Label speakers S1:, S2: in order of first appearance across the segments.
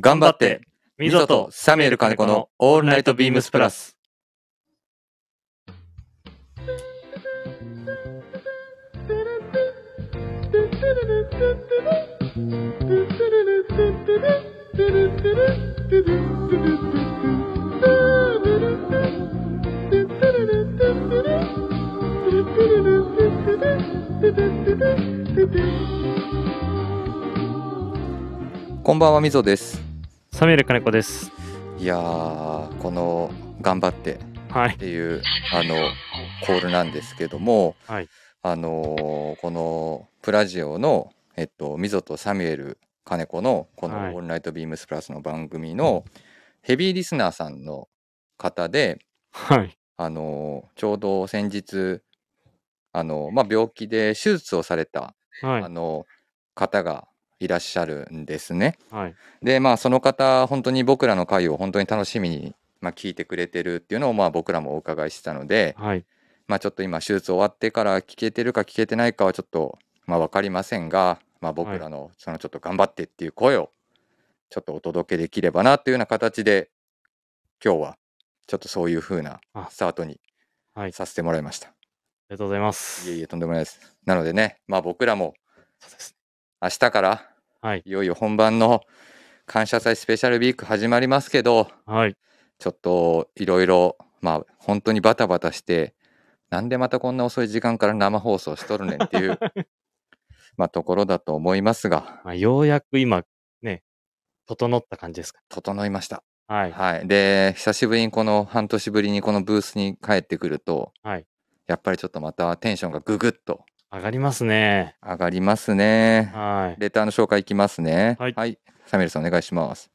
S1: 頑張って、
S2: みぞと
S1: サミュエル金子のオールナイトビームスプラス。こんばんは、みぞです。
S2: サミュエル金子です。
S1: いやー、この、頑張ってっ
S2: はい。
S1: ていう、あの、コールなんですけども、
S2: はい
S1: あのーこの、プラジオの、えっと、みぞとサミュエル金子の、こ
S2: はい
S1: の、オールナイトビームスプラスの番組の、ヘビーリスナーさんの方で、
S2: はい。
S1: あのちょうど先日あの、まあ、病気で手術をされた、
S2: は
S1: あ
S2: い。
S1: の方がいらっしゃるんですね。
S2: はい。
S1: でまあその方本当に僕らの会を本当に楽しみに、まあ、聞いてくれてるっていうのを、まあ、僕らもお伺いしてたので、
S2: はい。
S1: まあ、ちょっと今手術終わってから聞けてるか聞けてないかはちょっと、まあ、分かりませんが、まあ、僕らのそのちょっと頑張ってっていう声をちょっとお届けできればなというような形で今日はちょっとそういう風な
S2: あ
S1: スタートに
S2: はい
S1: させてもらいました。
S2: ありがとうございます。
S1: いえいえ、とんでもないです。なのでね、まあ僕らも
S2: そうです
S1: 明日から
S2: ね。はい。
S1: いよいよ本番の感謝祭スペシャルウィーク始まりますけど、
S2: はい。
S1: ちょっといろいろ、まあ本当にバタバタして、なんでまたこんな遅い時間から生放送しとるねんって いう、まあところだと思いますが、
S2: まあ、ようやく今、ね、整った感じですか。
S1: 整いました。
S2: はい。
S1: はい。で、久しぶりにこの半年ぶりにこのブースに帰ってくると、
S2: はい
S1: やっぱりちょっとまたテンションがぐぐっと
S2: 上がりますね。
S1: 上がりますね。
S2: はい。
S1: レターの紹介いきますね。
S2: はい
S1: サミュエルさんお願いします。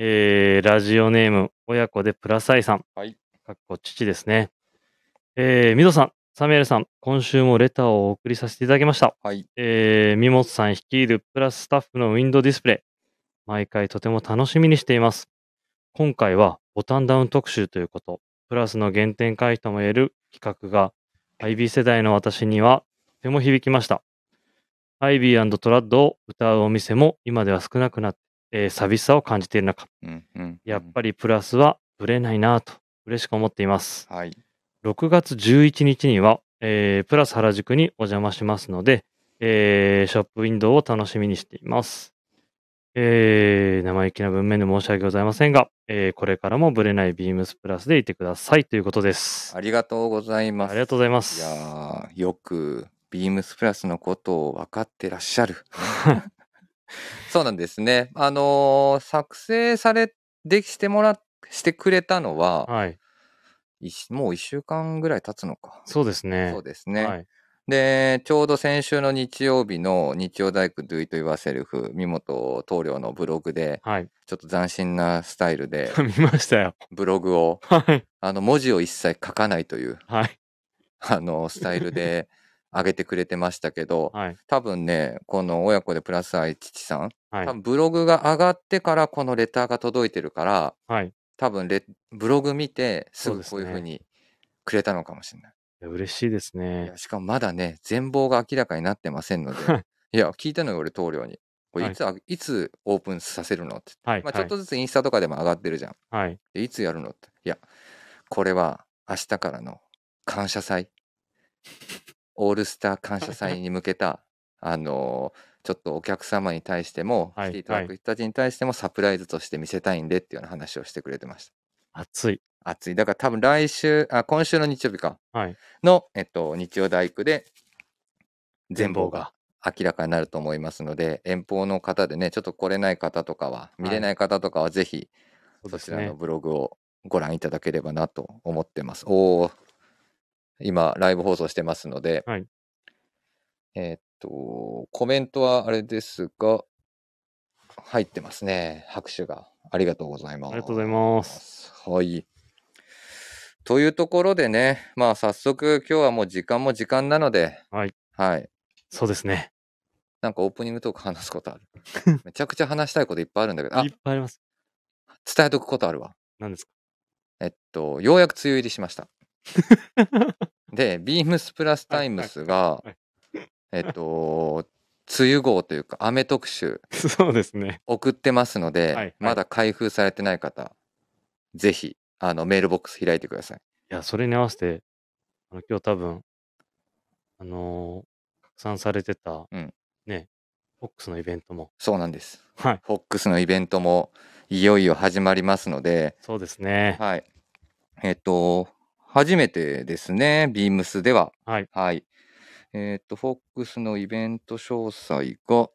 S2: えー、ラジオネーム、親子でプラサイさん。
S1: はい。
S2: かっこ父ですね。えー、みぞさん、サミュエルさん、今週もレターをお送りさせていただきました。
S1: はい。
S2: えー、みもつさん率いるプラススタッフのウィンドウディスプレイ。毎回とても楽しみにしています。今回はボタンダウン特集ということ、プラスの原点回とも言える企画が、ハイビー世代の私にはとても響きました。ハイビートラッドを歌うお店も今では少なくなって、えー寂しさを感じている中、
S1: うんうん。
S2: やっぱりプラスはブレないなぁと嬉しく思っています。
S1: り。はい。
S2: 6月11日には、えープラス原宿にお邪魔しますので、えーショップウィンドウを楽しみにしています。えー生意気な文面で申し訳ございませんが、えーこれからもブレないビームスプラスでいてくださいということです。
S1: ありがとうございます。
S2: ありがとうございます
S1: いやーよくビームスプラスのことを分かってらっしゃ る。そうなんですね。あのー作成されできしてもらしてくれたのは、
S2: はい。
S1: いしもう1週間ぐらい経つのか。
S2: そうですね。
S1: そうですね、
S2: はい。
S1: で、ちょうど先週の日曜日の日曜大工 Do It Yourself、三本棟梁のブログで、
S2: はい。
S1: ちょっと斬新なスタイル で、
S2: 見ましたよ。
S1: ブログを、
S2: はい。
S1: あの、文字を一切書かないという、
S2: はい。
S1: あの、スタイルで上げてくれてましたけど、
S2: はい。
S1: 多分ね、この親子でプラス愛父さん、
S2: は
S1: 多
S2: い。
S1: 分ブログが上がってからこのレターが届いてるから、
S2: はい。い
S1: 多分レブログ見て、すぐ
S2: そ
S1: こ
S2: う
S1: う
S2: で
S1: いうふ
S2: すね
S1: うにくれたのかもしれない。
S2: や嬉しいです
S1: い
S2: ね
S1: や。しかもまだね、全貌が明らかになってませんので、
S2: はい
S1: いや、聞いたのよ、俺、棟梁に。これ
S2: はい
S1: いつあ、いつオープンさせるのって。
S2: はい。
S1: まあ、
S2: は
S1: ちょっ
S2: い。
S1: とずつインスタとかでも上がってるじゃん。
S2: はい。
S1: でいつやるのって。いや、これは明日からの感謝祭。オールスター感謝 祭に向けた、あのーちょっとお客様に対しても、
S2: はい
S1: 来ていただく人たちに対してもサプライズとして見せたいんでっていうような話をしてくれてました。
S2: 熱い。
S1: 熱い。だから多分来週、あ、今週の日曜日か。
S2: はい
S1: の、えっと、日曜大工で全
S2: 全
S1: 貌
S2: 貌
S1: が
S2: が
S1: 明らかになると思いますので、遠方の方でね、ちょっと来れない方とかは、見
S2: は
S1: れ
S2: い
S1: ない方とかはぜひ、
S2: そう
S1: そ
S2: で
S1: ち
S2: す
S1: らの
S2: ね。
S1: ブログをご覧いただければなと思ってます。おお、今、ライブ放送してますので、
S2: はい
S1: えーっと、コメントはあれですが、入ってますね。拍手が。ありがとうございます。
S2: ありがとうございます。
S1: す。はい。というところでね、まあ早速今日はもう時間も時間なので、
S2: はい。
S1: はい。
S2: そうですね。
S1: なんかオープニングトーク話すことある。 めちゃくちゃ話したいこといっぱいあるんだけど、あ
S2: いっ、ぱいあります。
S1: 伝えとくことあるわ。
S2: 何です
S1: えっと、ようやく梅雨入りしました。
S2: か
S1: で、ビームスプラスタイムスが
S2: はい、
S1: えっと、梅雨号というか雨特集
S2: そうですね。
S1: 送ってますので、
S2: はいはい
S1: まだ開封されてない方ぜひあのメールボックス開いてください
S2: いや、それに合わせて、あの今日多分、あのー拡散されてた、
S1: うん
S2: ね、フォックスのイベントも。
S1: そうなんです
S2: はい。
S1: フォックスのイベントもいよいよ始まりますので
S2: そうですね。
S1: はいえっ、と初めてですねビームスでは
S2: はい。
S1: はいえっ、とフォックスのイベント詳細が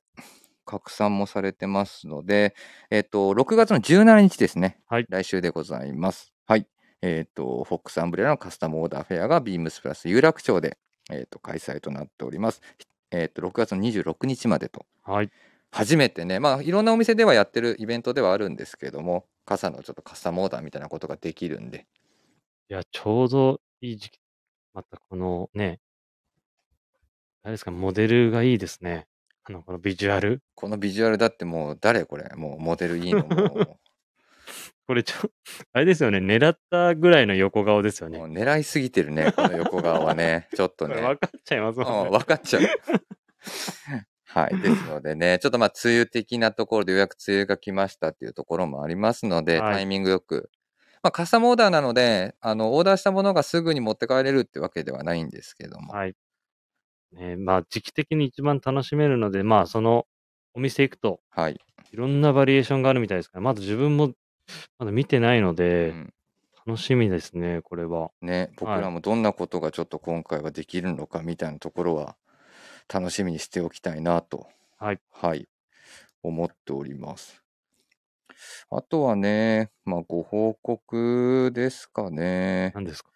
S1: 拡散もされてますのでえっ、と6月の17日ですね
S2: はい。
S1: 来週でございます。はい。えっ、と、フォックスアンブレラのカスタムオーダーフェアがビームスプラス有楽町で、えー、と開催となっております。えっ、と、6月の26日までと。
S2: はい。
S1: 初めてね、まあ、いろんなお店ではやってるイベントではあるんですけれども、傘のちょっとカスタムオーダーみたいなことができるんで、
S2: いや、ちょうどいい時期。またこのね、あれですか、モデルがいいですね。あの、このビジュアル。
S1: このビジュアルだってもう誰これ、もうモデルいいのも
S2: これちょ、あれですよね。狙ったぐらいの横顔ですよ
S1: う、
S2: ね。
S1: もう狙いすぎてるね、この横側は ね、ちょっと
S2: これ
S1: ね。
S2: 分かっちゃいますも
S1: うんん、
S2: ね。
S1: 分かっちゃう。 はい。ですので ね、ちょっとまあ、梅雨的なところでようやく梅雨が来ましたっていうところもありますので、
S2: はい
S1: タイミングよく。まあ、カスタムオーダーなので、あの、オーダーしたものがすぐに持って帰れるってわけではないんですけども。
S2: はい。ね、まあ、時期的に一番楽しめるので、まあ、その、お店行くと、
S1: はい。
S2: いろんなバリエーションがあるみたいですから、まだ自分もまだ見てないの
S1: う
S2: で、
S1: ん、
S2: 楽しみですね、これは。
S1: ね、僕
S2: はい
S1: らもどんなことがちょっと今回はできるのかみたいなところは、楽しみにしておきたいなと
S2: はい。
S1: はい、思っております。あとはね、まあ、ご報告ですかね。
S2: 何ですか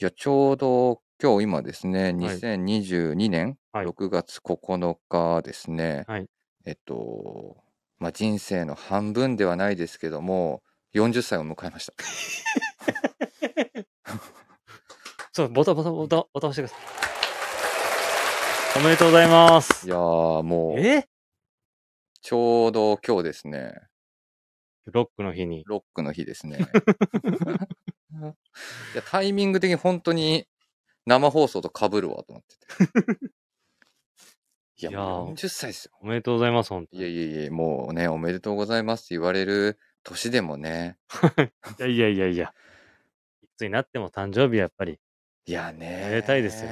S1: いや、ちょうど今日今ですね、
S2: はい
S1: 2022年
S2: はい
S1: 6月9日ですね、
S2: はい
S1: えっと、まあ、人生の半分ではないですけども、40歳を迎えました。
S2: そう、ボタンボタンボタン、ボタン押してください。おめでとうございま
S1: い
S2: す。
S1: やー、もう、
S2: え
S1: ちょうど今日ですね、
S2: ロックの日に。
S1: ロックの日ですね。いやタイミング的に本当に生放送と被るわと思ってて。い
S2: い
S1: や、
S2: やー
S1: もう40歳ですよ。
S2: おめでとうございます、本当
S1: い
S2: に。
S1: やいやいや、もうね、おめでとうございますって言われる年でもね、
S2: いやいやいやいや。いつになっても誕生日はやっぱり、
S1: いやね。
S2: めでたいですよ。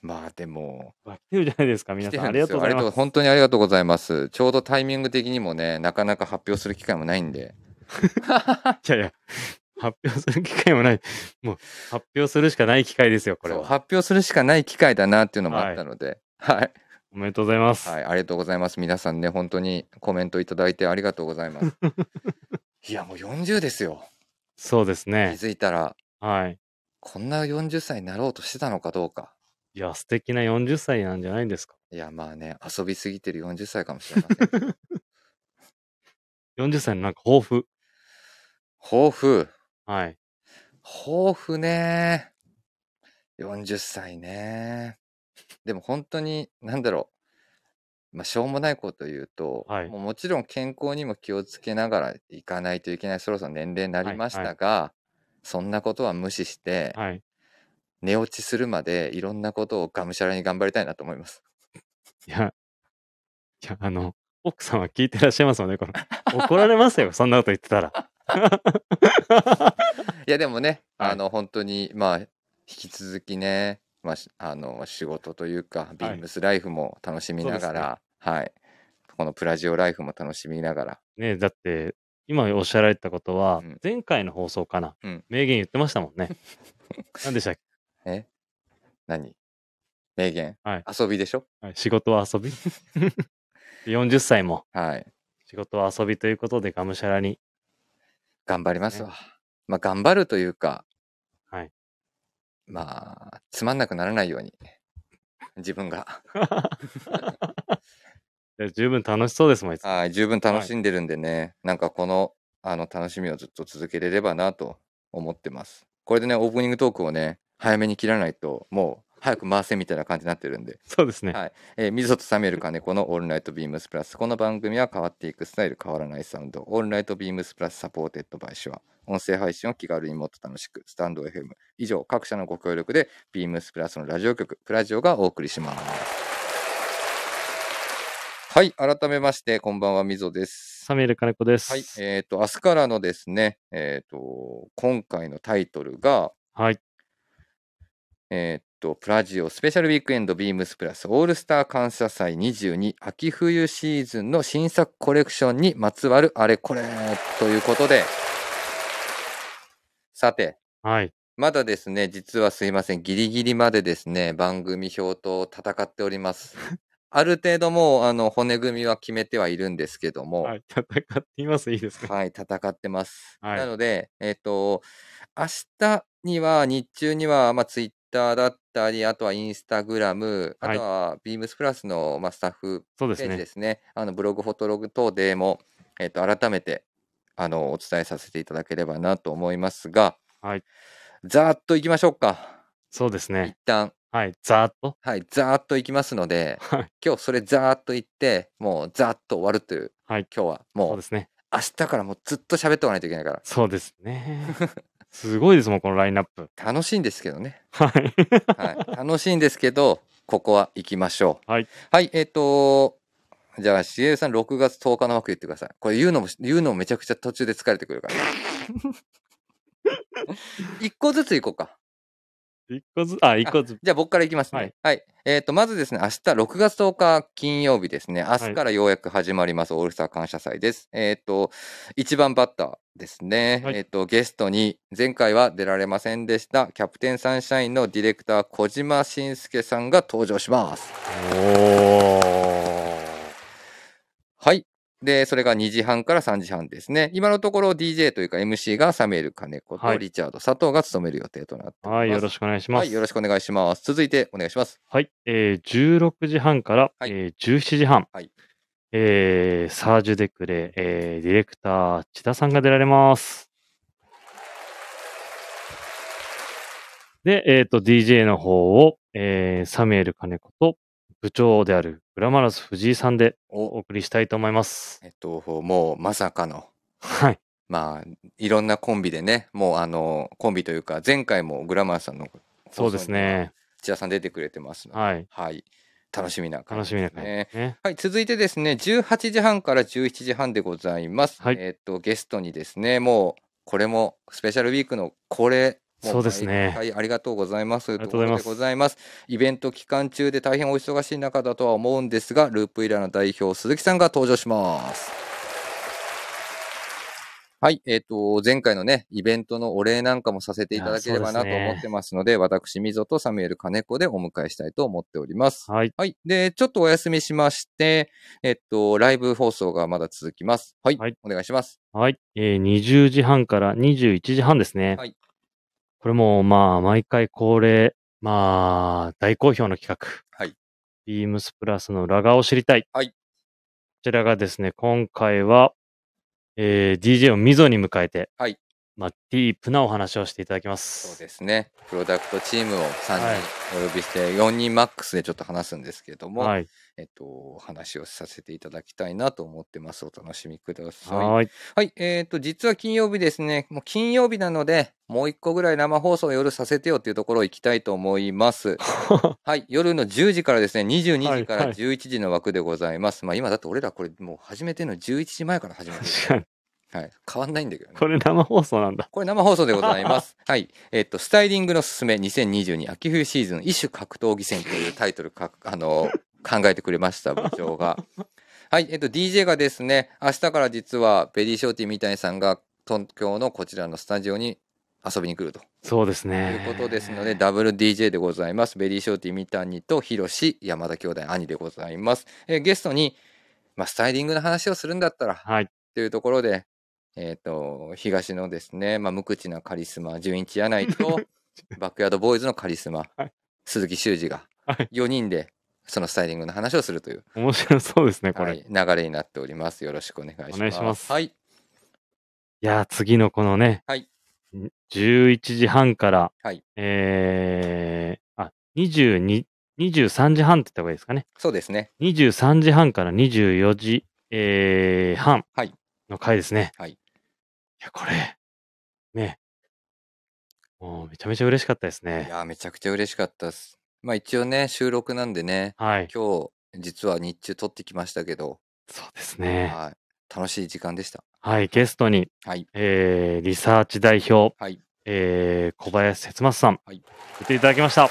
S1: まあでも、
S2: わ来てるじゃないですか、皆
S1: 来て
S2: さ
S1: る
S2: ん。あ
S1: ん
S2: り
S1: で
S2: が
S1: す
S2: とう
S1: よ
S2: ござ
S1: あ
S2: い
S1: り
S2: ま
S1: がとう本当にありがとうございます。ちょうどタイミング的にもね、なかなか発表する機会もないんで。
S2: す。いやいや、発表する機会もない。もう、発表するしかない機会ですよ、これ
S1: そう
S2: は。
S1: 発表するしかない機会だなっていうのもあったので。はい
S2: おめでとうございます。
S1: はい、ありがとうございます。皆さんね、本当にコメントいただいてありがとうございます。いや、もう40ですよ。
S2: そうです
S1: 気
S2: ね。
S1: づいたら、
S2: はい。
S1: こんな40歳になろうとしてたのかどうか。
S2: いや、素敵な40歳なんじゃないですか。
S1: いや、まあね、遊びすぎてる40歳かもしれませんけど。
S2: 40歳のなんか抱負。
S1: 抱負、
S2: はい。
S1: 抱負ね。40歳ね。でも本当に、なんだろう。まあ、しょうもないこと言うと、
S2: はい
S1: もうもちろん健康にも気をつけながらいかないといけないそろそろ年齢になりましたが、そんなことは無視して、
S2: はい。
S1: 寝落ちするまでいろんなことをがむしゃらに頑張りたいなと思います。
S2: いや、いや、あの、奥さんは聞いてらっしゃいますよね、この。怒られま すよ、そんなこと言ってたら。
S1: いやでもね、
S2: はい
S1: あの本当にまあ引き続きね、まあ、しあの仕事というかビームスライフも楽しみながら、はいこのプラジオライフも楽しみながら
S2: ねだって、今おっしゃられたことは、
S1: うん
S2: 前回の放送かな、
S1: うん
S2: 名言言ってましたも んね。何でしたっけ、
S1: え何名言、
S2: はい
S1: 遊びでしょ
S2: はい仕事は 遊び ?40 歳も
S1: はい
S2: 仕事は遊びということで、がむしゃ らに。
S1: 頑張ります
S2: ね
S1: わ。まあ頑張るというか、
S2: はい
S1: まあつまんなくならないように自分が。
S2: いや十分楽しそうですもん、いつも
S1: はい、十分
S2: はい
S1: 楽しんでるんでね、なんかこのあの楽しみをずっと続けれればなと思ってます。これでね、オープニングトークをね、早めに切らないと、もう早く回せみたいな感じになってるんで、
S2: そうですね。
S1: はいえー、水戸とサミュエル金子のオールナイトビームスプラス、この番組は変わっていくスタイル変わらないサウンド、オールナイトビームスプラスサポーテッドバイシュア、音声配信を気軽にもっと楽しく、スタンド FM、以上、各社のご協力で、ビームスプラスのラジオ局、プラジオがお送りします。はい、改めまして、こんばんは、みぞです。
S2: サミュエル金子です。
S1: はい、えっ、と、明日からのですね、えっ、と、今回のタイトルが、
S2: はい。
S1: えっ、と、プラジオスペシャルウィークエンドビームスプラスオールスター感謝祭22秋冬シーズンの新作コレクションにまつわるあれこれということで、さて、
S2: はい。
S1: まだですね、実はすいません、ギリギリまでですね、番組表と戦っております。ある程度もう、あの、骨組みは決めてはいるんですけども、
S2: はい。戦ってみますいいですか
S1: はい、戦ってます。
S2: はい
S1: なので、えっ、と、明日には、日中には、まあ、ツイッターだったり、あとはインスタグラム、あ
S2: はい
S1: とは、ビームスプラスの、まあ、スタッフ
S2: そうで
S1: ペ
S2: す
S1: ージで
S2: ね。
S1: すね、あのブログ、フォトログ等でも、えっ、と、改めて、あの、お伝えさせていただければなと思いますが、
S2: はい。
S1: ざーっといきましょうか。
S2: そうです
S1: 一
S2: ね。
S1: 旦、
S2: はい。ざーっと。
S1: はい、ざーっといきますので、
S2: はい。
S1: 今日それざーっと言って、もうざーっと終わるという、
S2: はい。
S1: 今日は
S2: そう
S1: もう
S2: で、すね。
S1: 明日からもうずっと喋っておかないといけないから。
S2: そうです ね。すごいですもん、このラインナップ。
S1: 楽しいんですけどね、
S2: はい。
S1: はい、 楽しいんですけどここは行きましょう
S2: はい、
S1: えっ、とじゃあ CL さん6月10日の枠言ってくださいこれ言うのも言うのもめちゃくちゃ途中で疲れてくるから 一個ずつ行こうか
S2: 一個ずつ、あ、一 個ずつ。
S1: じゃあ僕から行きますね
S2: は
S1: はいい、えっ、とまずですね明日6月10日金曜日ですね明日からようやく始まります、オールスター感謝祭ですえっ、と一番バッターですね、
S2: はい
S1: えっ、とゲストに前回は出られませんでしたキャプテンサンシャインのディレクター小島慎介さんが登場します
S2: お
S1: はい。で、それが2時半から3時半ですね。今のところ DJ というか MC がサミュエル金子
S2: は
S1: と
S2: い
S1: リチャード佐藤が務める予定となっておりま
S2: ー。
S1: す。
S2: はい。よろしくお願いしま
S1: は
S2: す
S1: い。よろしくお願いします。続いてお願いします。
S2: はい、えー、16時半から、
S1: はい
S2: えー17時半、
S1: はい
S2: えーサージュ・デクレ、えーディレクター、千田さんが出られます。で、えっ、と、DJ の方を、えーサミュエル金子と部長であるグラマラス藤井さんでお
S1: お
S2: 送りしたいと思います。
S1: えっと、もうまさかの、
S2: はい。
S1: まあ、いろんなコンビでね、もうあの、コンビというか、前回もグラマーさんの
S2: そうですね。
S1: 千田さん出てくれてますので、
S2: はい。
S1: はい。楽しみな感
S2: 楽
S1: じ
S2: しみ
S1: で
S2: な
S1: す
S2: 感じ
S1: ね
S2: で。すね。
S1: はい、続いてですね、18時半から17時半でございます。
S2: はい
S1: えっ、と、ゲストにですね、もう、これもスペシャルウィークのこれ、も
S2: そうですね
S1: 毎回ありがとうございます。
S2: りがとうございます
S1: ところでございます。イベント期間中で大変お忙しい中だとは思うんですが、ループイラーの代表、鈴木さんが登場します。はい、えっ、と、前回のね、イベントのお礼なんかもさせていただければなと
S2: いやそうですね
S1: 思ってますので、私、溝とサミュエル金子でお迎えしたいと思っております。
S2: はい。
S1: はい。で、ちょっとお休みしまして、えっと、ライブ放送がまだ続きます。はい。
S2: はい
S1: お願いします。
S2: はい、えー、20時半から21時半ですね。
S1: はい
S2: これも、まあ、毎回恒例、まあ、大好評の企画。
S1: はい。
S2: ビームスプラスの裏側を知りたい。
S1: はい
S2: こちらがですね、今回は、えー、DJ を溝に迎えて、
S1: はい。
S2: まあ、ディープなお話をしていただきま
S1: そう
S2: す。
S1: ですね。プロダクトチームを
S2: はい
S1: 3人お呼びして、4人マックスでちょっと話すんですけども、
S2: はい。
S1: えっと、お話をさせていただきたいなと思ってます。お楽しみください。
S2: はい。
S1: はい。えっと、実は金曜日ですね。もう金曜日なので、もう一個ぐらい生放送を夜させてよっていうところ行きたいと思い ます。はい、夜の10時からですね、
S2: は
S1: 22
S2: い
S1: 時か
S2: は
S1: ら
S2: い
S1: 11時の枠でございます。まあ今だって俺らこれもう始めてるの11時前から始 めてる
S2: 確かに、
S1: から。はい、変わんないんだけどね。
S2: これ生放送なんだ。
S1: これ生放送でございます。はい。えっと、スタイリングのすすめ2022秋冬シーズン一種格闘技戦というタイトルか、あの、考えてくれました、部長が。はい。えっと、DJ がですね、明日から実はベリーショーティーみたいさんが東京のこちらのスタジオに遊びに来ると。
S2: そうです
S1: と
S2: ね。
S1: いうことですので、ダブル DJ でございます。ベリーショーティー三谷とヒロシ、山田兄弟、兄でございます。えーゲストに、まあ、スタイリングの話をするんだったら、
S2: はい。
S1: というところで、えっ、と、東のですね、まあ、無口なカリスマ、純一柳井 と、バックヤードボーイズのカリスマ、
S2: はい
S1: 鈴木修二が
S2: はい、
S1: 4人で、そのスタイリングの話をするという、
S2: 面白そうですね、これ。、
S1: はいい、流れになっております。よろしくお願いします。
S2: お願いします
S1: はい。
S2: やー、次のこのね、
S1: はい
S2: ん11時半から、
S1: はい
S2: えー、あ、22、23時半って言った方がいいですかね。
S1: そうですね。
S2: 23時半から24時、えー半
S1: はい
S2: の回ですね。
S1: はい
S2: いや、これ、ね。もうめちゃめちゃ嬉しかったです
S1: い
S2: ね。
S1: やー、めちゃくちゃ嬉しかったです。まあ、一応ね、収録なんでね、
S2: はい。
S1: 今日実は日中撮ってきましたけど、
S2: そうですね。
S1: はい、楽しい時間でした。
S2: はい、ゲストに、
S1: はい、
S2: えーリサーチ代表、
S1: はい、
S2: えー小林節松さん、
S1: はい
S2: 来ていただきました。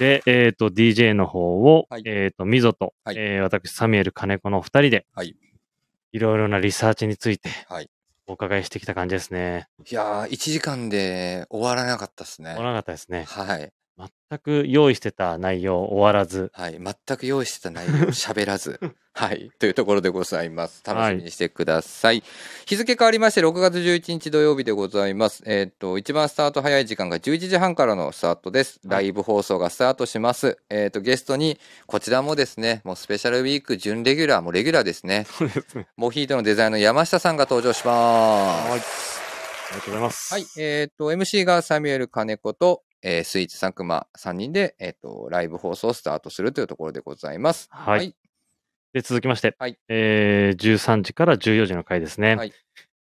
S2: で、えっ、と、DJ の方を、
S1: はい
S2: えっ、と、みぞと、
S1: はい
S2: えー私、サミュエル金子のお二人で、
S1: はい、
S2: ろいろなリサーチについて、
S1: はい
S2: お伺いしてきた感じですね。
S1: いやー、1時間で終わらなかったですね
S2: 終わ。らなかったですね。
S1: はい、
S2: 全く用意してた内容終わらず、
S1: はい、全く用意してた内 容を喋らず、はい、というところでございます。楽しみにしてください。日付変わりまして、6月11日土曜日でございます。えーっと、一番スタート早い時間が11時半からのスタートです。
S2: は
S1: ラ
S2: い
S1: イブ放送がスタートします。えーっと、ゲストに、こちらもですね、もうスペシャルウィーク、準レギュラー、もうレギュラーですね。
S2: そうですね。
S1: モヒートのデザインの山下さんが登場します。
S2: はい。ありがとうございます。
S1: はい、えっ、と、MC がサミュエル金子と、えースイーツ佐久間3人で、えっ、と、ライブ放送をスタートするというところでございます。
S2: はい。
S1: はい
S2: で、続きまして、
S1: はい
S2: えー13時から14時の回ですね。
S1: はい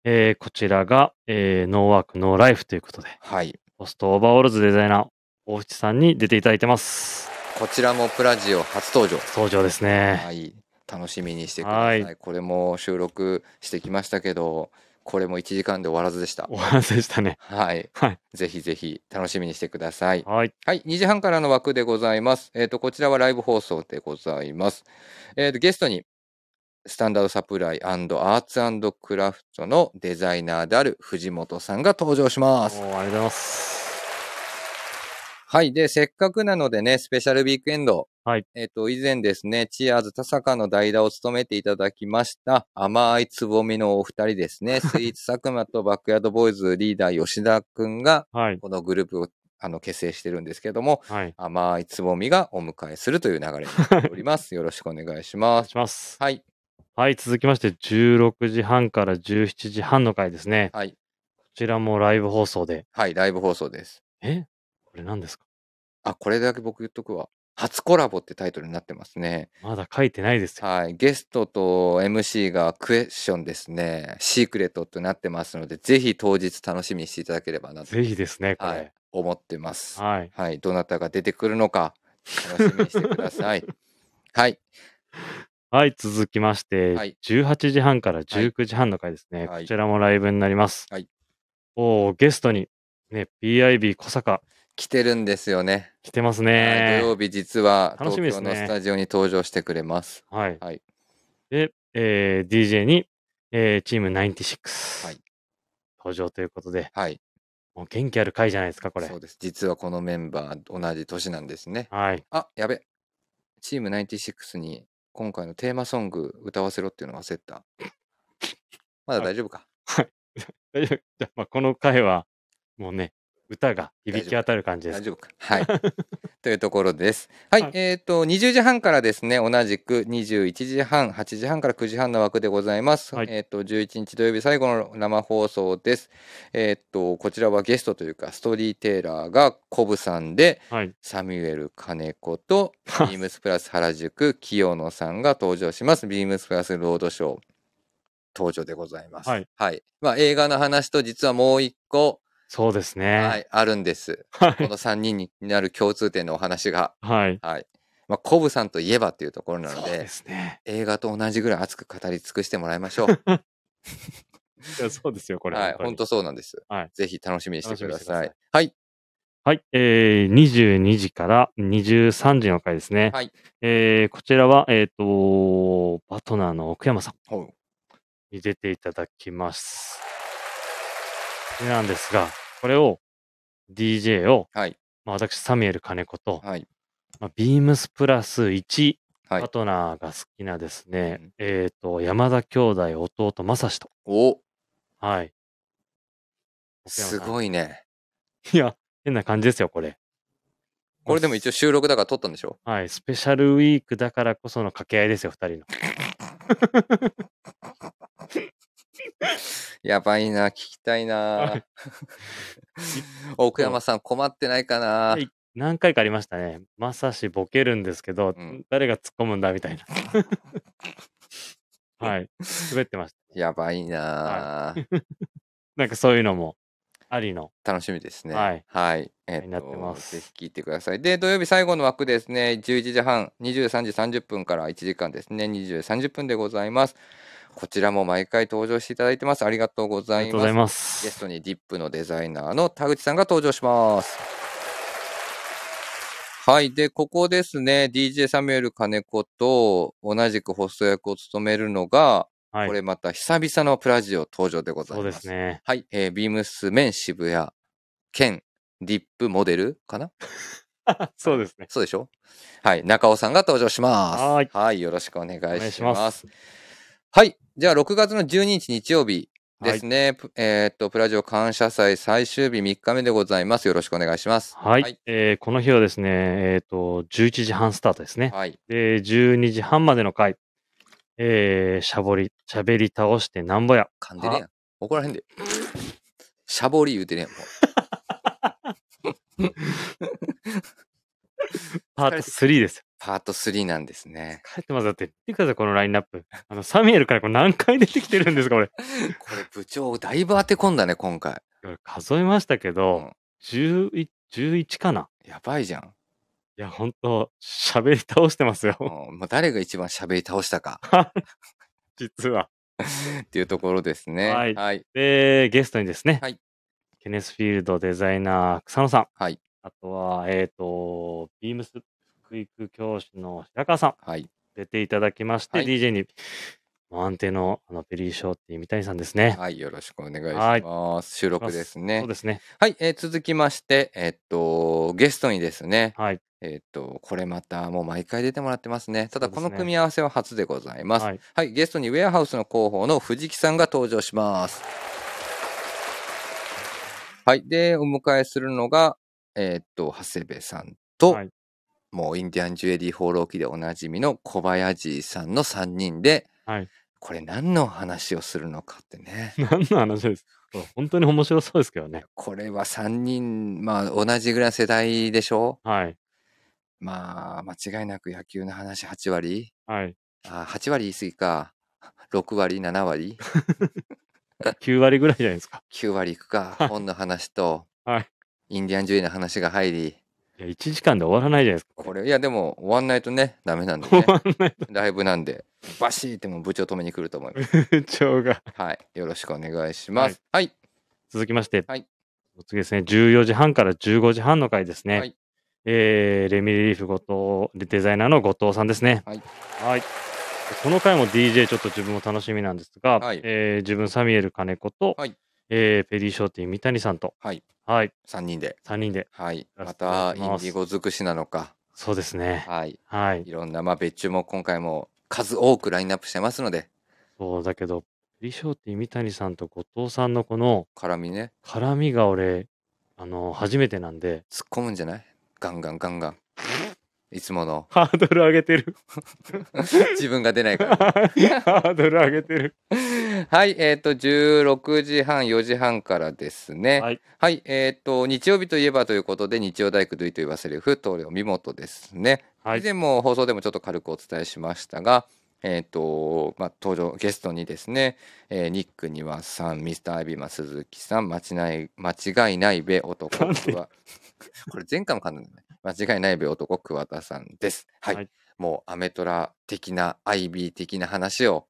S2: えーこちらが、えーノーワーク、ノーライフということで、
S1: はい。
S2: ポストオーバーオールズデザイナー、大淵さんに出ていただいてます。
S1: こちらもプラジオ初登場。
S2: 登場ですね。
S1: はい。楽しみにしてください。
S2: は
S1: これも収録してきましたけど、これも1時間で終わらずでした
S2: お。話でしたね。
S1: はい。
S2: はい。
S1: ぜひぜひ楽しみにしてください。
S2: はい。
S1: はい、2時半からの枠でございます。えっ、と、こちらはライブ放送でございます。えっ、と、ゲストに、スタンダードサプライアーツクラフトのデザイナーである藤本さんが登場し
S2: お
S1: ます。
S2: ーありがとうございます。
S1: はい。で、せっかくなのでね、スペシャルウィークエンド。
S2: はい。
S1: えっ、と、以前ですね、チアーズ田坂の代打を務めていただきました、甘いつぼみのお二人です ね、スイーツ佐久間とバックヤードボーイズリーダー吉田くんが、
S2: はい。
S1: このグループをあの結成してるんですけども、
S2: はい。
S1: 甘いつぼみがお迎えするという流れになっており ます。よろしくお願いし
S2: お
S1: ま
S2: 願い
S1: す。
S2: します。
S1: はい。
S2: はい。続きまして、16時半から17時半の回ですね。
S1: はい。
S2: こちらもライブ放送で。
S1: はい。ライブ放送です。
S2: えこれ何ですか
S1: あ、これだけ僕言っとくわ。初コラボってタイトルになってますね。
S2: まだ書いてないですよ。
S1: はい。ゲストと MC がクエスチョンですね。シークレットとなってますので、ぜひ当日楽しみにしていただければなと
S2: ぜひですね、これ。
S1: はい思ってます。
S2: はい。
S1: はい。どなたが出てくるのか、楽しみにしてくださ い。はい。
S2: はい、続きまして、
S1: はい
S2: 18時半から19時半の回ですね。
S1: はい
S2: こちらもライブになります。
S1: はい
S2: おーゲストに、ね、PIB 小坂
S1: 来てるんですよね。
S2: 来てます
S1: はい
S2: ね。
S1: 土曜日実は
S2: 楽
S1: 東
S2: しみで
S1: 京
S2: すね
S1: のスタジオに登場してくれます。
S2: はい。
S1: はい
S2: で、えー DJ に、えーチーム96、
S1: はい
S2: 登場ということで、
S1: はい。
S2: もう元気ある回じゃないですか、これ
S1: そ。うです。実はこのメンバー同じ年なんですね。
S2: はい。
S1: あ、やべ。チーム96に今回のテーマソング歌わせろっていうの忘れてた。まだ大丈夫か。
S2: 大丈夫。じゃ あ、まあ、この回は、もうね、歌が響き当たる感じで
S1: 大
S2: す。
S1: 丈夫か。はい。 というところです。はい。
S2: はい
S1: えっ、と、20時半からですね、同じく21時半、8時半から9時半の枠でございます。
S2: はい
S1: えっ、と、11日土曜日最後の生放送です。えっ、と、こちらはゲストというか、ストーリーテイラーがコブさんで、
S2: はい。
S1: サミュエル金子 とビームスプラス原宿清野さんが登場します。ビームスプラスロードショー登場でございます。
S2: はい。
S1: まあ映画の話と実はもう一個、
S2: そうです
S1: は
S2: ね。
S1: い、あるんです。
S2: は
S1: この3人になる共通点のお話が。
S2: い。はい。
S1: はい。まあコブさんといえばっていうところな
S2: そ
S1: の
S2: うで
S1: です
S2: ね。
S1: 映画と同じぐらい熱く語り尽くしてもらいましょう。
S2: いやそうですよ、 これ。
S1: はい。本当そうなんです。
S2: はい
S1: ぜひ楽しみにしてくださ
S2: 楽しみにしてくださ
S1: い
S2: い。
S1: はい。
S2: はい、えー、22時から23時の回ですね。
S1: はい
S2: えーこちらは、えっ、と、バトナーの奥山さん
S1: ほう
S2: に出ていただきます。でなんですが、これを DJ を、
S1: はい。
S2: まあ、私、サミュエル金子と、
S1: はい。
S2: まあ、ビームスプラス1、
S1: はい
S2: バトナーが好きなですね、
S1: うん
S2: えっ、と、山田兄弟弟正史と。
S1: お
S2: はい。
S1: す
S2: い。
S1: ごいね。
S2: いや、変な感じですよ、これ。
S1: これでも一応収録だから撮ったんでしょ
S2: はい、スペシャルウィークだからこその掛け合いですよ、二人の。
S1: やばいな、聞きたいな。 奥山さん困ってないかな。
S2: はい何回かありましたね。まさしボケるんですけど、
S1: うん
S2: 誰が突っ込むんだみたいな。 はい、滑ってました。
S1: やばいな。
S2: なんかそういうのもありの。
S1: 楽しみですね。
S2: はい。
S1: え
S2: になってます
S1: ぜひ聞いてください。で、土曜日最後の枠ですね、11時半、23時30分から1時間ですね、20時30分でございます。こちらも毎回登場していただいてます。ありがとうご
S2: あ
S1: ざ
S2: りが
S1: い
S2: とう
S1: ま
S2: ご
S1: す。
S2: ざいま
S1: ゲス
S2: す。
S1: トにディップのデザイナーの田口さんが登場します。はい。で、ここですね、DJ サミュエル金子と同じくホスト役を務めるのが、
S2: は
S1: こ
S2: い。
S1: れまた久々のプラジオ登場でござい
S2: そう
S1: ま。
S2: ですすね。
S1: はい、えー、ビームスメン渋谷兼ディップモデルかな
S2: そうですね。
S1: そうでしょはい、中尾さんが登場します。
S2: はーい
S1: よろしくお願いし
S2: お
S1: ます。
S2: 願いします。
S1: はい、じゃあ6月の12日日曜日
S2: はい
S1: ですね。ぷえーっと、プラジオ感謝祭最終日3日目でございます。よろしくお願いします。
S2: はい、
S1: はい
S2: えーこの日はですね、えっ、と、11時半スタートですね。
S1: はい、
S2: で、12時半までの回、えー、しゃぼり、しゃべり倒してなんぼや。
S1: 噛んでるやん。怒らへんで。しゃぼり言うてるやん。もう
S2: パート3ですよ。
S1: パート3なんですね。
S2: 帰ってますだって。見てください、このラインナップ。あの、サミュエルからこれ何回出てきてるんですか、これ。
S1: これ部長、だいぶ当て込んだね、今回。
S2: これ数えましたけ
S1: う
S2: ど
S1: ん、
S2: 11、11かな。
S1: やばいじゃ ん。
S2: いや、ほんと、しゃべり倒してます
S1: うん
S2: よ。
S1: もう誰が一番しゃべり倒したか。
S2: 実は。
S1: っていうところですね。
S2: はい
S1: はい。
S2: で、ゲストにですね、
S1: はい
S2: ケネスフィールドデザイナー草野さん、
S1: はい
S2: あとは、えっ、と、ビームス福井区教師の白川さん、
S1: はい。
S2: 出ていただきまして、
S1: はい
S2: DJ に、もう安定のあのペリーショーっていう三谷さんですね。
S1: はい。よろしくお願
S2: はい
S1: いします。収録ですね。
S2: そうですね。
S1: はい。えー続きまして、えっと、ゲストにですね、
S2: はい。
S1: えっと、これまたもう毎回出てもらってますね。ただ、
S2: そうで
S1: こ
S2: すね
S1: の組み合わせは初でございます。
S2: は
S1: はいい、ゲストにウェアハウスの広報の藤木さんが登場します。はい。で、お迎えするのが、えっと、長谷部さんと、
S2: はい
S1: もうインディアンジュエリー放浪記でおなじみの小林さんの3人で、
S2: はい。。
S1: これ何の話をするのかってね
S2: 何の話ですか本当に面白そうですけどね。
S1: これは3人、まあ同じぐらいの世代でしょ
S2: はい。
S1: まあ間違いなく野球の話8割
S2: はい。
S1: あ、8割言い過ぎか。6割、7割、
S2: 9割ぐらいじゃないですか。
S1: 9割いくか
S2: はい。
S1: 本の話と、
S2: はい
S1: インディアンジュエリーの話が入り、
S2: いや、1時間で終わらないじゃないですか。
S1: これ、いやでも終わんないとね、ダメなんで
S2: 終
S1: ね。
S2: わんない
S1: ライブなんで、バシーってもう部長止めに来ると思います。
S2: 風潮が。
S1: はい。よろしくお願いします。はい。
S2: 続きまして、
S1: はい
S2: お次ですね、14時半から15時半の回ですね。
S1: はい
S2: えーレミリリーフ後藤デザイナーの後藤さんですね。
S1: はい
S2: はいこの回も DJ ちょっと自分も楽しみなんですが、
S1: はい
S2: えー自分サミュエル金子と、
S1: はい
S2: えーペリーショーティー三谷さんと、
S1: はい。
S2: はい、
S1: 3人で。
S2: 3人で、
S1: はい。
S2: やら
S1: ま
S2: せていただ
S1: た、イ
S2: き
S1: ン
S2: ま
S1: デ
S2: す
S1: ィゴ尽くしなのか。
S2: そうですね。
S1: はい。
S2: はい。
S1: いろんな、まあ、別注も今回も数多くラインナップしてますので、
S2: そうだけど、ペリーショーティー三谷さんと後藤さんのこの
S1: 絡みね、
S2: 絡みが俺、あの、初めてなんで、。
S1: 突っ込むんじゃないガンガンガンガン。いつもの
S2: ハードル上げてる。
S1: 自分が出 ないから。
S2: ハードル上げてる。
S1: はい、えっ、と、16時半、4時半からですね。
S2: はい。
S1: はい、えっ、と、日曜日といえばということで、日曜大工ドゥイと言わせる不棟梁見事ですね。
S2: はい
S1: 以。前も放送でもちょっと軽くお伝えしましたが、えっ、と、まあ、登場、ゲストにですね、えーニック・ニワさん、ミスター・アイビーマン、鈴木さん、間違いない、間違いないべ男
S2: なんで
S1: くわ、これ前回も噛んだんだね。間違いないべ男、桑田さんです。はい。
S2: はい
S1: もう、アメトラ的な、アイビー的な話を、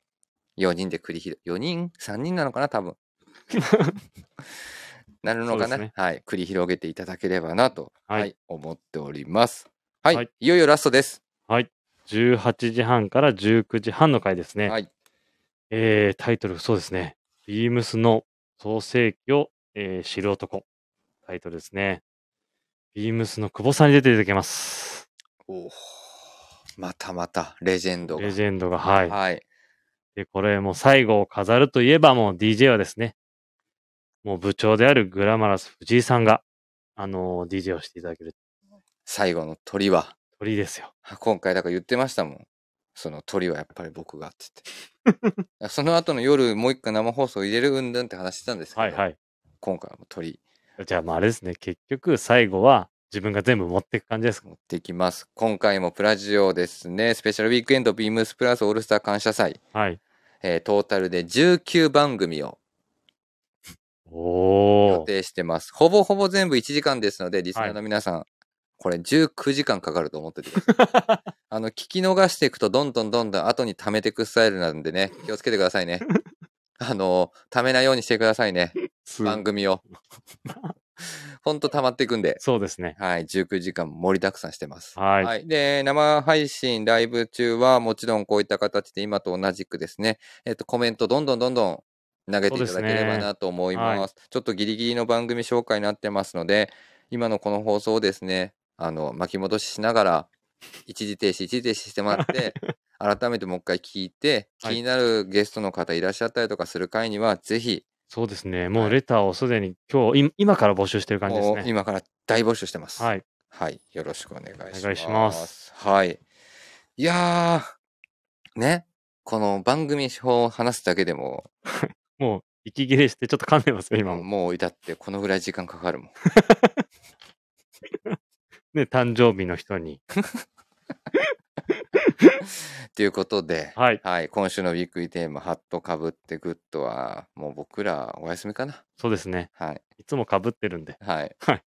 S1: 4人で繰り広げ、4人 ?3 人なのかな多分。 なるのか
S2: そ
S1: な、
S2: うですね
S1: はい。繰り広げていただければなと、
S2: は
S1: はいい、思っております。はい。
S2: はい
S1: い、よいよラストです。
S2: 18時半から19時半の回ですね。
S1: はい。
S2: えータイトル、そうですね。ビームスの創世記を、えー知る男。タイトルですね。ビームスの久保さんに出ていただきます。
S1: おーまたまたレジェンドが。
S2: レジェンドが、はい。
S1: はい。
S2: で、これもう最後を飾るといえばもう DJ はですね、もう部長であるグラマラス藤井さんが、あのー DJ をしていただける
S1: 最後の鳥は、
S2: 鳥ですよ。
S1: 今回だから言ってましたもん。その鳥はやっぱり僕がって言 って。その後の夜もう一回生放送入れるうんぬんって話してたんですけど、
S2: はいはい。
S1: 今回はもう鳥
S2: じゃあ、まああれですね、結局最後は自分が全部持っていく感じですか。
S1: 持ってきます。今回もプラジオですね、スペシャルウィークエンドビームスプラスオールスター感謝祭、
S2: はい。
S1: えートータルで19番組を
S2: おお
S1: 予
S2: ー。
S1: 定してます。ほぼほぼ全部1時間ですので、リスナ
S2: は
S1: ー
S2: い
S1: の皆さん、これ19時間かかると思っててください。 あの、聞き逃していくと、どんどんどんどん後に溜めていくスタイルなんでね、気をつけてください ね。あの、溜めないようにしてくださいね、
S2: す
S1: 番組 を。ほんと溜まっていくんで。
S2: そうですね。
S1: はい、19時間盛りだくさんしてます。
S2: はい。
S1: で、生配信、ライブ中は、もちろんこういった形で今と同じくですね、えっと、コメントどんどんどんどん投げていただければなと思います。
S2: そうで
S1: ちょっとギリギリの番組紹介になってますので、今のこの放送をですね、あの、巻き戻ししながら、一時停止、一時停止してもらっ て、改めてもう一回聞いて、気
S2: はい
S1: になるゲストの方いらっしゃったりとかする回には、ぜひ、
S2: そうですね。も
S1: は
S2: う
S1: い
S2: レターをすでに今日、い今から募集してる感じです
S1: もう
S2: ね。
S1: 今から大募集してます。
S2: はい。
S1: はい、よろしくお願いします。
S2: お願いします
S1: はい。いやー、ね、この番組表を話すだけでも、
S2: もう息切れしてちょっと噛んでますよ、今も。
S1: もう至ってこのぐらい時間かかるもん。
S2: ね、誕生日の人に。
S1: ということで、
S2: はい。
S1: はい、今週のウィークイーテーマ、ハットかぶってグッドは、もう僕らお休みかな。
S2: そうですね。
S1: はい、
S2: いつも被ってるんで。
S1: はい。
S2: はい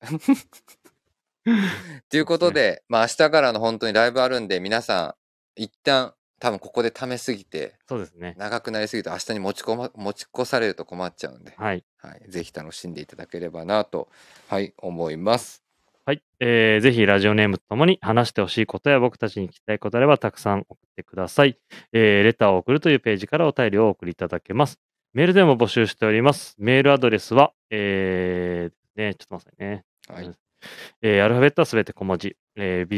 S1: ということで、 まあ明日からの本当にライブあるんで、皆さん、一旦、多分ここでためすぎて、
S2: そうですね。
S1: 長くなりすぎて明日に持ちこ、ま、持ち越されると困っちゃうんで。
S2: はい。
S1: はい、ぜひ楽しんでいただければなと、はい、思います。
S2: はい。えーぜひラジオネームとともに話してほしいことや僕たちに聞きたいことあればたくさん送ってください。えーレターを送るというページからお便りをお送りいただけます。メールでも募集しております。メールアドレスは、えーね、ちょっと待ってくださいね。
S1: はい、
S2: えーアルファベットはすべて小文字、えー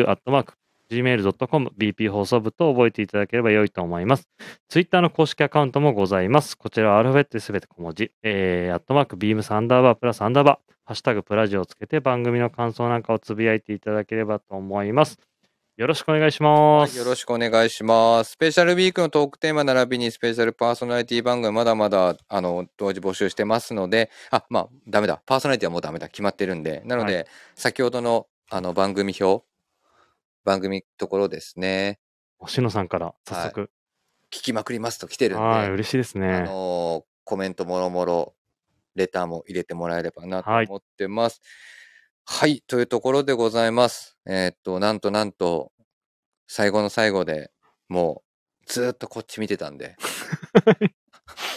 S2: bp.hosobu.gmail.com、bp 放送部と覚えていただければ良いと思います。ツイッターの公式アカウントもございます。こちらはアルファベットすべて小文字、えー、アットマーク、ビームサンダーバー、プラスアンダーバー、ハッシュタグ、プラジオをつけて番組の感想なんかをつぶやいていただければと思います。よろしくお願いしま
S1: はい
S2: す。
S1: よろしくお願いします。スペシャルウィークのトークテーマ並びにスペシャルパーソナリティ番組まだまだあの同時募集してますので、あ、まあダメだ。パーソナリティはもうダメだ。決まってるんで。なので、
S2: は
S1: 先ほどのあの番組表、番組ところですね。
S2: しのさんから早速。
S1: 聞きまくりますと来てるんで、
S2: はい、嬉しいです
S1: あ
S2: ね。
S1: のーコメントもろもろ、レターも入れてもらえればなと
S2: はい
S1: 思ってます。はい、というところでございます。えーっと、なんとなんと、最後の最後でもう、ずーっとこっち見てたんで、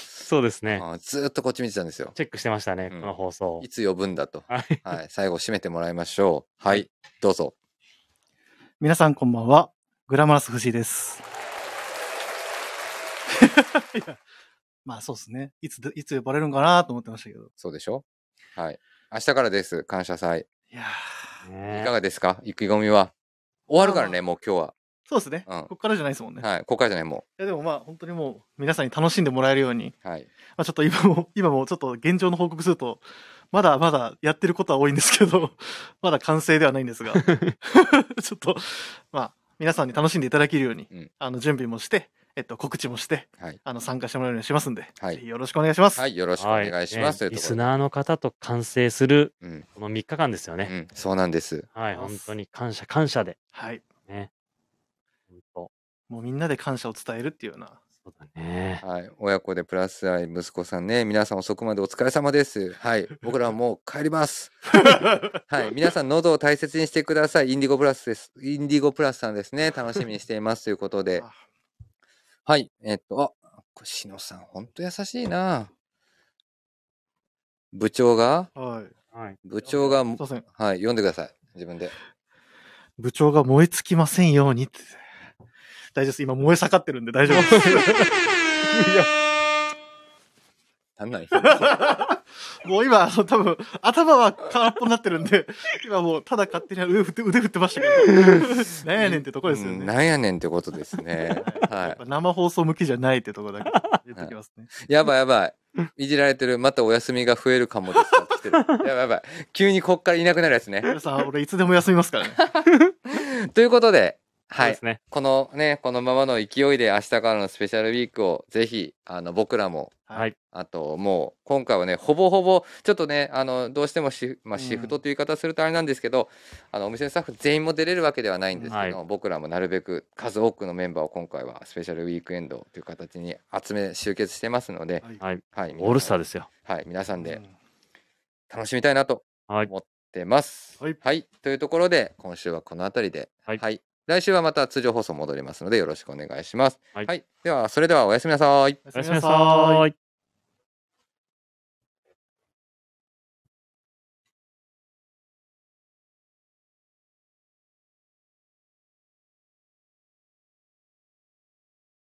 S2: そうですね。
S1: あーずーっとこっち見てたんですよ。
S2: チェックしてましたね、
S1: うん
S2: この放送
S1: い。つ呼ぶんだと。
S2: はい。
S1: はい、最後締めてもらいましょ う。はい、どうぞ。
S3: 皆さんこんばんは。グラマラス藤井 です。いやまあそうですね。いつで、いつ呼ばれるんかなと思ってましたけど。
S1: そうでしょはい。明日からです。感謝祭。
S3: いやー
S1: い
S2: ね
S1: かがですか意気込みは。終わるから
S3: ま
S1: ね、もう今日は。
S3: そうですね。
S1: うん
S3: こっからじゃないですもんね。い、
S1: はい、ここからじゃない、も
S3: やでもまあ本当にもう皆さんに楽しんでもらえるように、
S1: う。はい。
S3: まあちょっと今も、今もちょっと現状の報告すると、まだまだやってることは多いんですけど、 まだ完成ではない んですが、ちょっと、まあ皆さんに楽しんでいただけるように、
S1: うん
S3: あの準備もして、えっと告知もして、
S1: はい
S3: あの参加してもらえるようにしますんで、
S1: はい
S3: ぜひよろしくお願いします。
S1: はい、よろしくお願いします。と
S2: はね
S1: いう
S2: リ
S1: とこ
S2: ス
S1: ろで
S2: ナーの方と完成する
S1: うん。
S2: この3日間ですよね。
S1: うん、そうなんです。
S2: はい、本当に感謝感謝で。
S3: はい。
S2: ね。本当
S3: もうみんなで感謝を伝えるっていうような。
S2: そうだね。
S1: はい、親子でプラス愛息子さんね、皆さん遅くまでお疲れ様です。はい、僕らはもう帰ります。 はい、皆さん喉を大切にしてください。インディゴプラスです。インディゴプラスさんですね。楽しみにしていますということで、
S3: あ
S1: はい、えっと、あ、これしのさん、ほんと優しいな。部長が、
S3: はい。す
S2: はい。
S1: 部長が、
S3: いません。
S1: はい、読んでください。自 分で。
S3: 部長が燃え尽きませんようにって。大丈夫です。今燃え盛ってるんで大丈夫です。
S1: 足んない。
S3: もう今、あの多分、頭は空っぽになってるんで、今もうただ勝手に腕振って、腕振ってましたけど。 なんやねんってとこですよ
S1: う
S3: ね。
S1: ん
S3: はい
S1: なんやねんってことです ね。はい
S3: やっ。ぱ生放送向きじゃないってと こだけ言っときますね。
S1: やばいやばい。いじられてる。またお休みが増えるかもですが。来てるやばいやばい。急にこっからいなくなるやつね。
S3: 皆さん、俺いつでも休みますからね。
S1: ということで、
S2: そう
S1: は
S2: で
S1: い
S2: すね。
S1: このねこのままの勢いで明日からのスペシャルウィークをぜひあの僕らも
S2: はい。
S1: あともう今回はねほぼほぼちょっとねあのどうしてもシ,、まあ、シフトという言い方するとあれなんですけど、あのお店のスタッフ全員も出れるわけではないんですけど、
S2: は
S1: 僕らもなるべく数多くのメンバーを今回はスペシャルウィークエンドという形に集め集結してますので、
S3: はい
S2: はい。
S1: はい、皆さん
S2: オールスターですよ。
S1: はい、皆さん
S3: う
S1: で
S3: ん
S1: 楽しみたいなと
S2: はい。
S1: 思ってます。
S3: はい
S1: というところで今週はこの辺りで、
S2: はい
S1: 来週はまた通常放送戻りますのでよろしくお願いします。
S2: はい
S1: ではそれではおやすみなさい。
S3: おや
S2: お
S3: す
S2: や
S3: み
S2: すみ
S3: な
S2: な
S3: さ
S2: さ
S3: ーい
S2: ーい。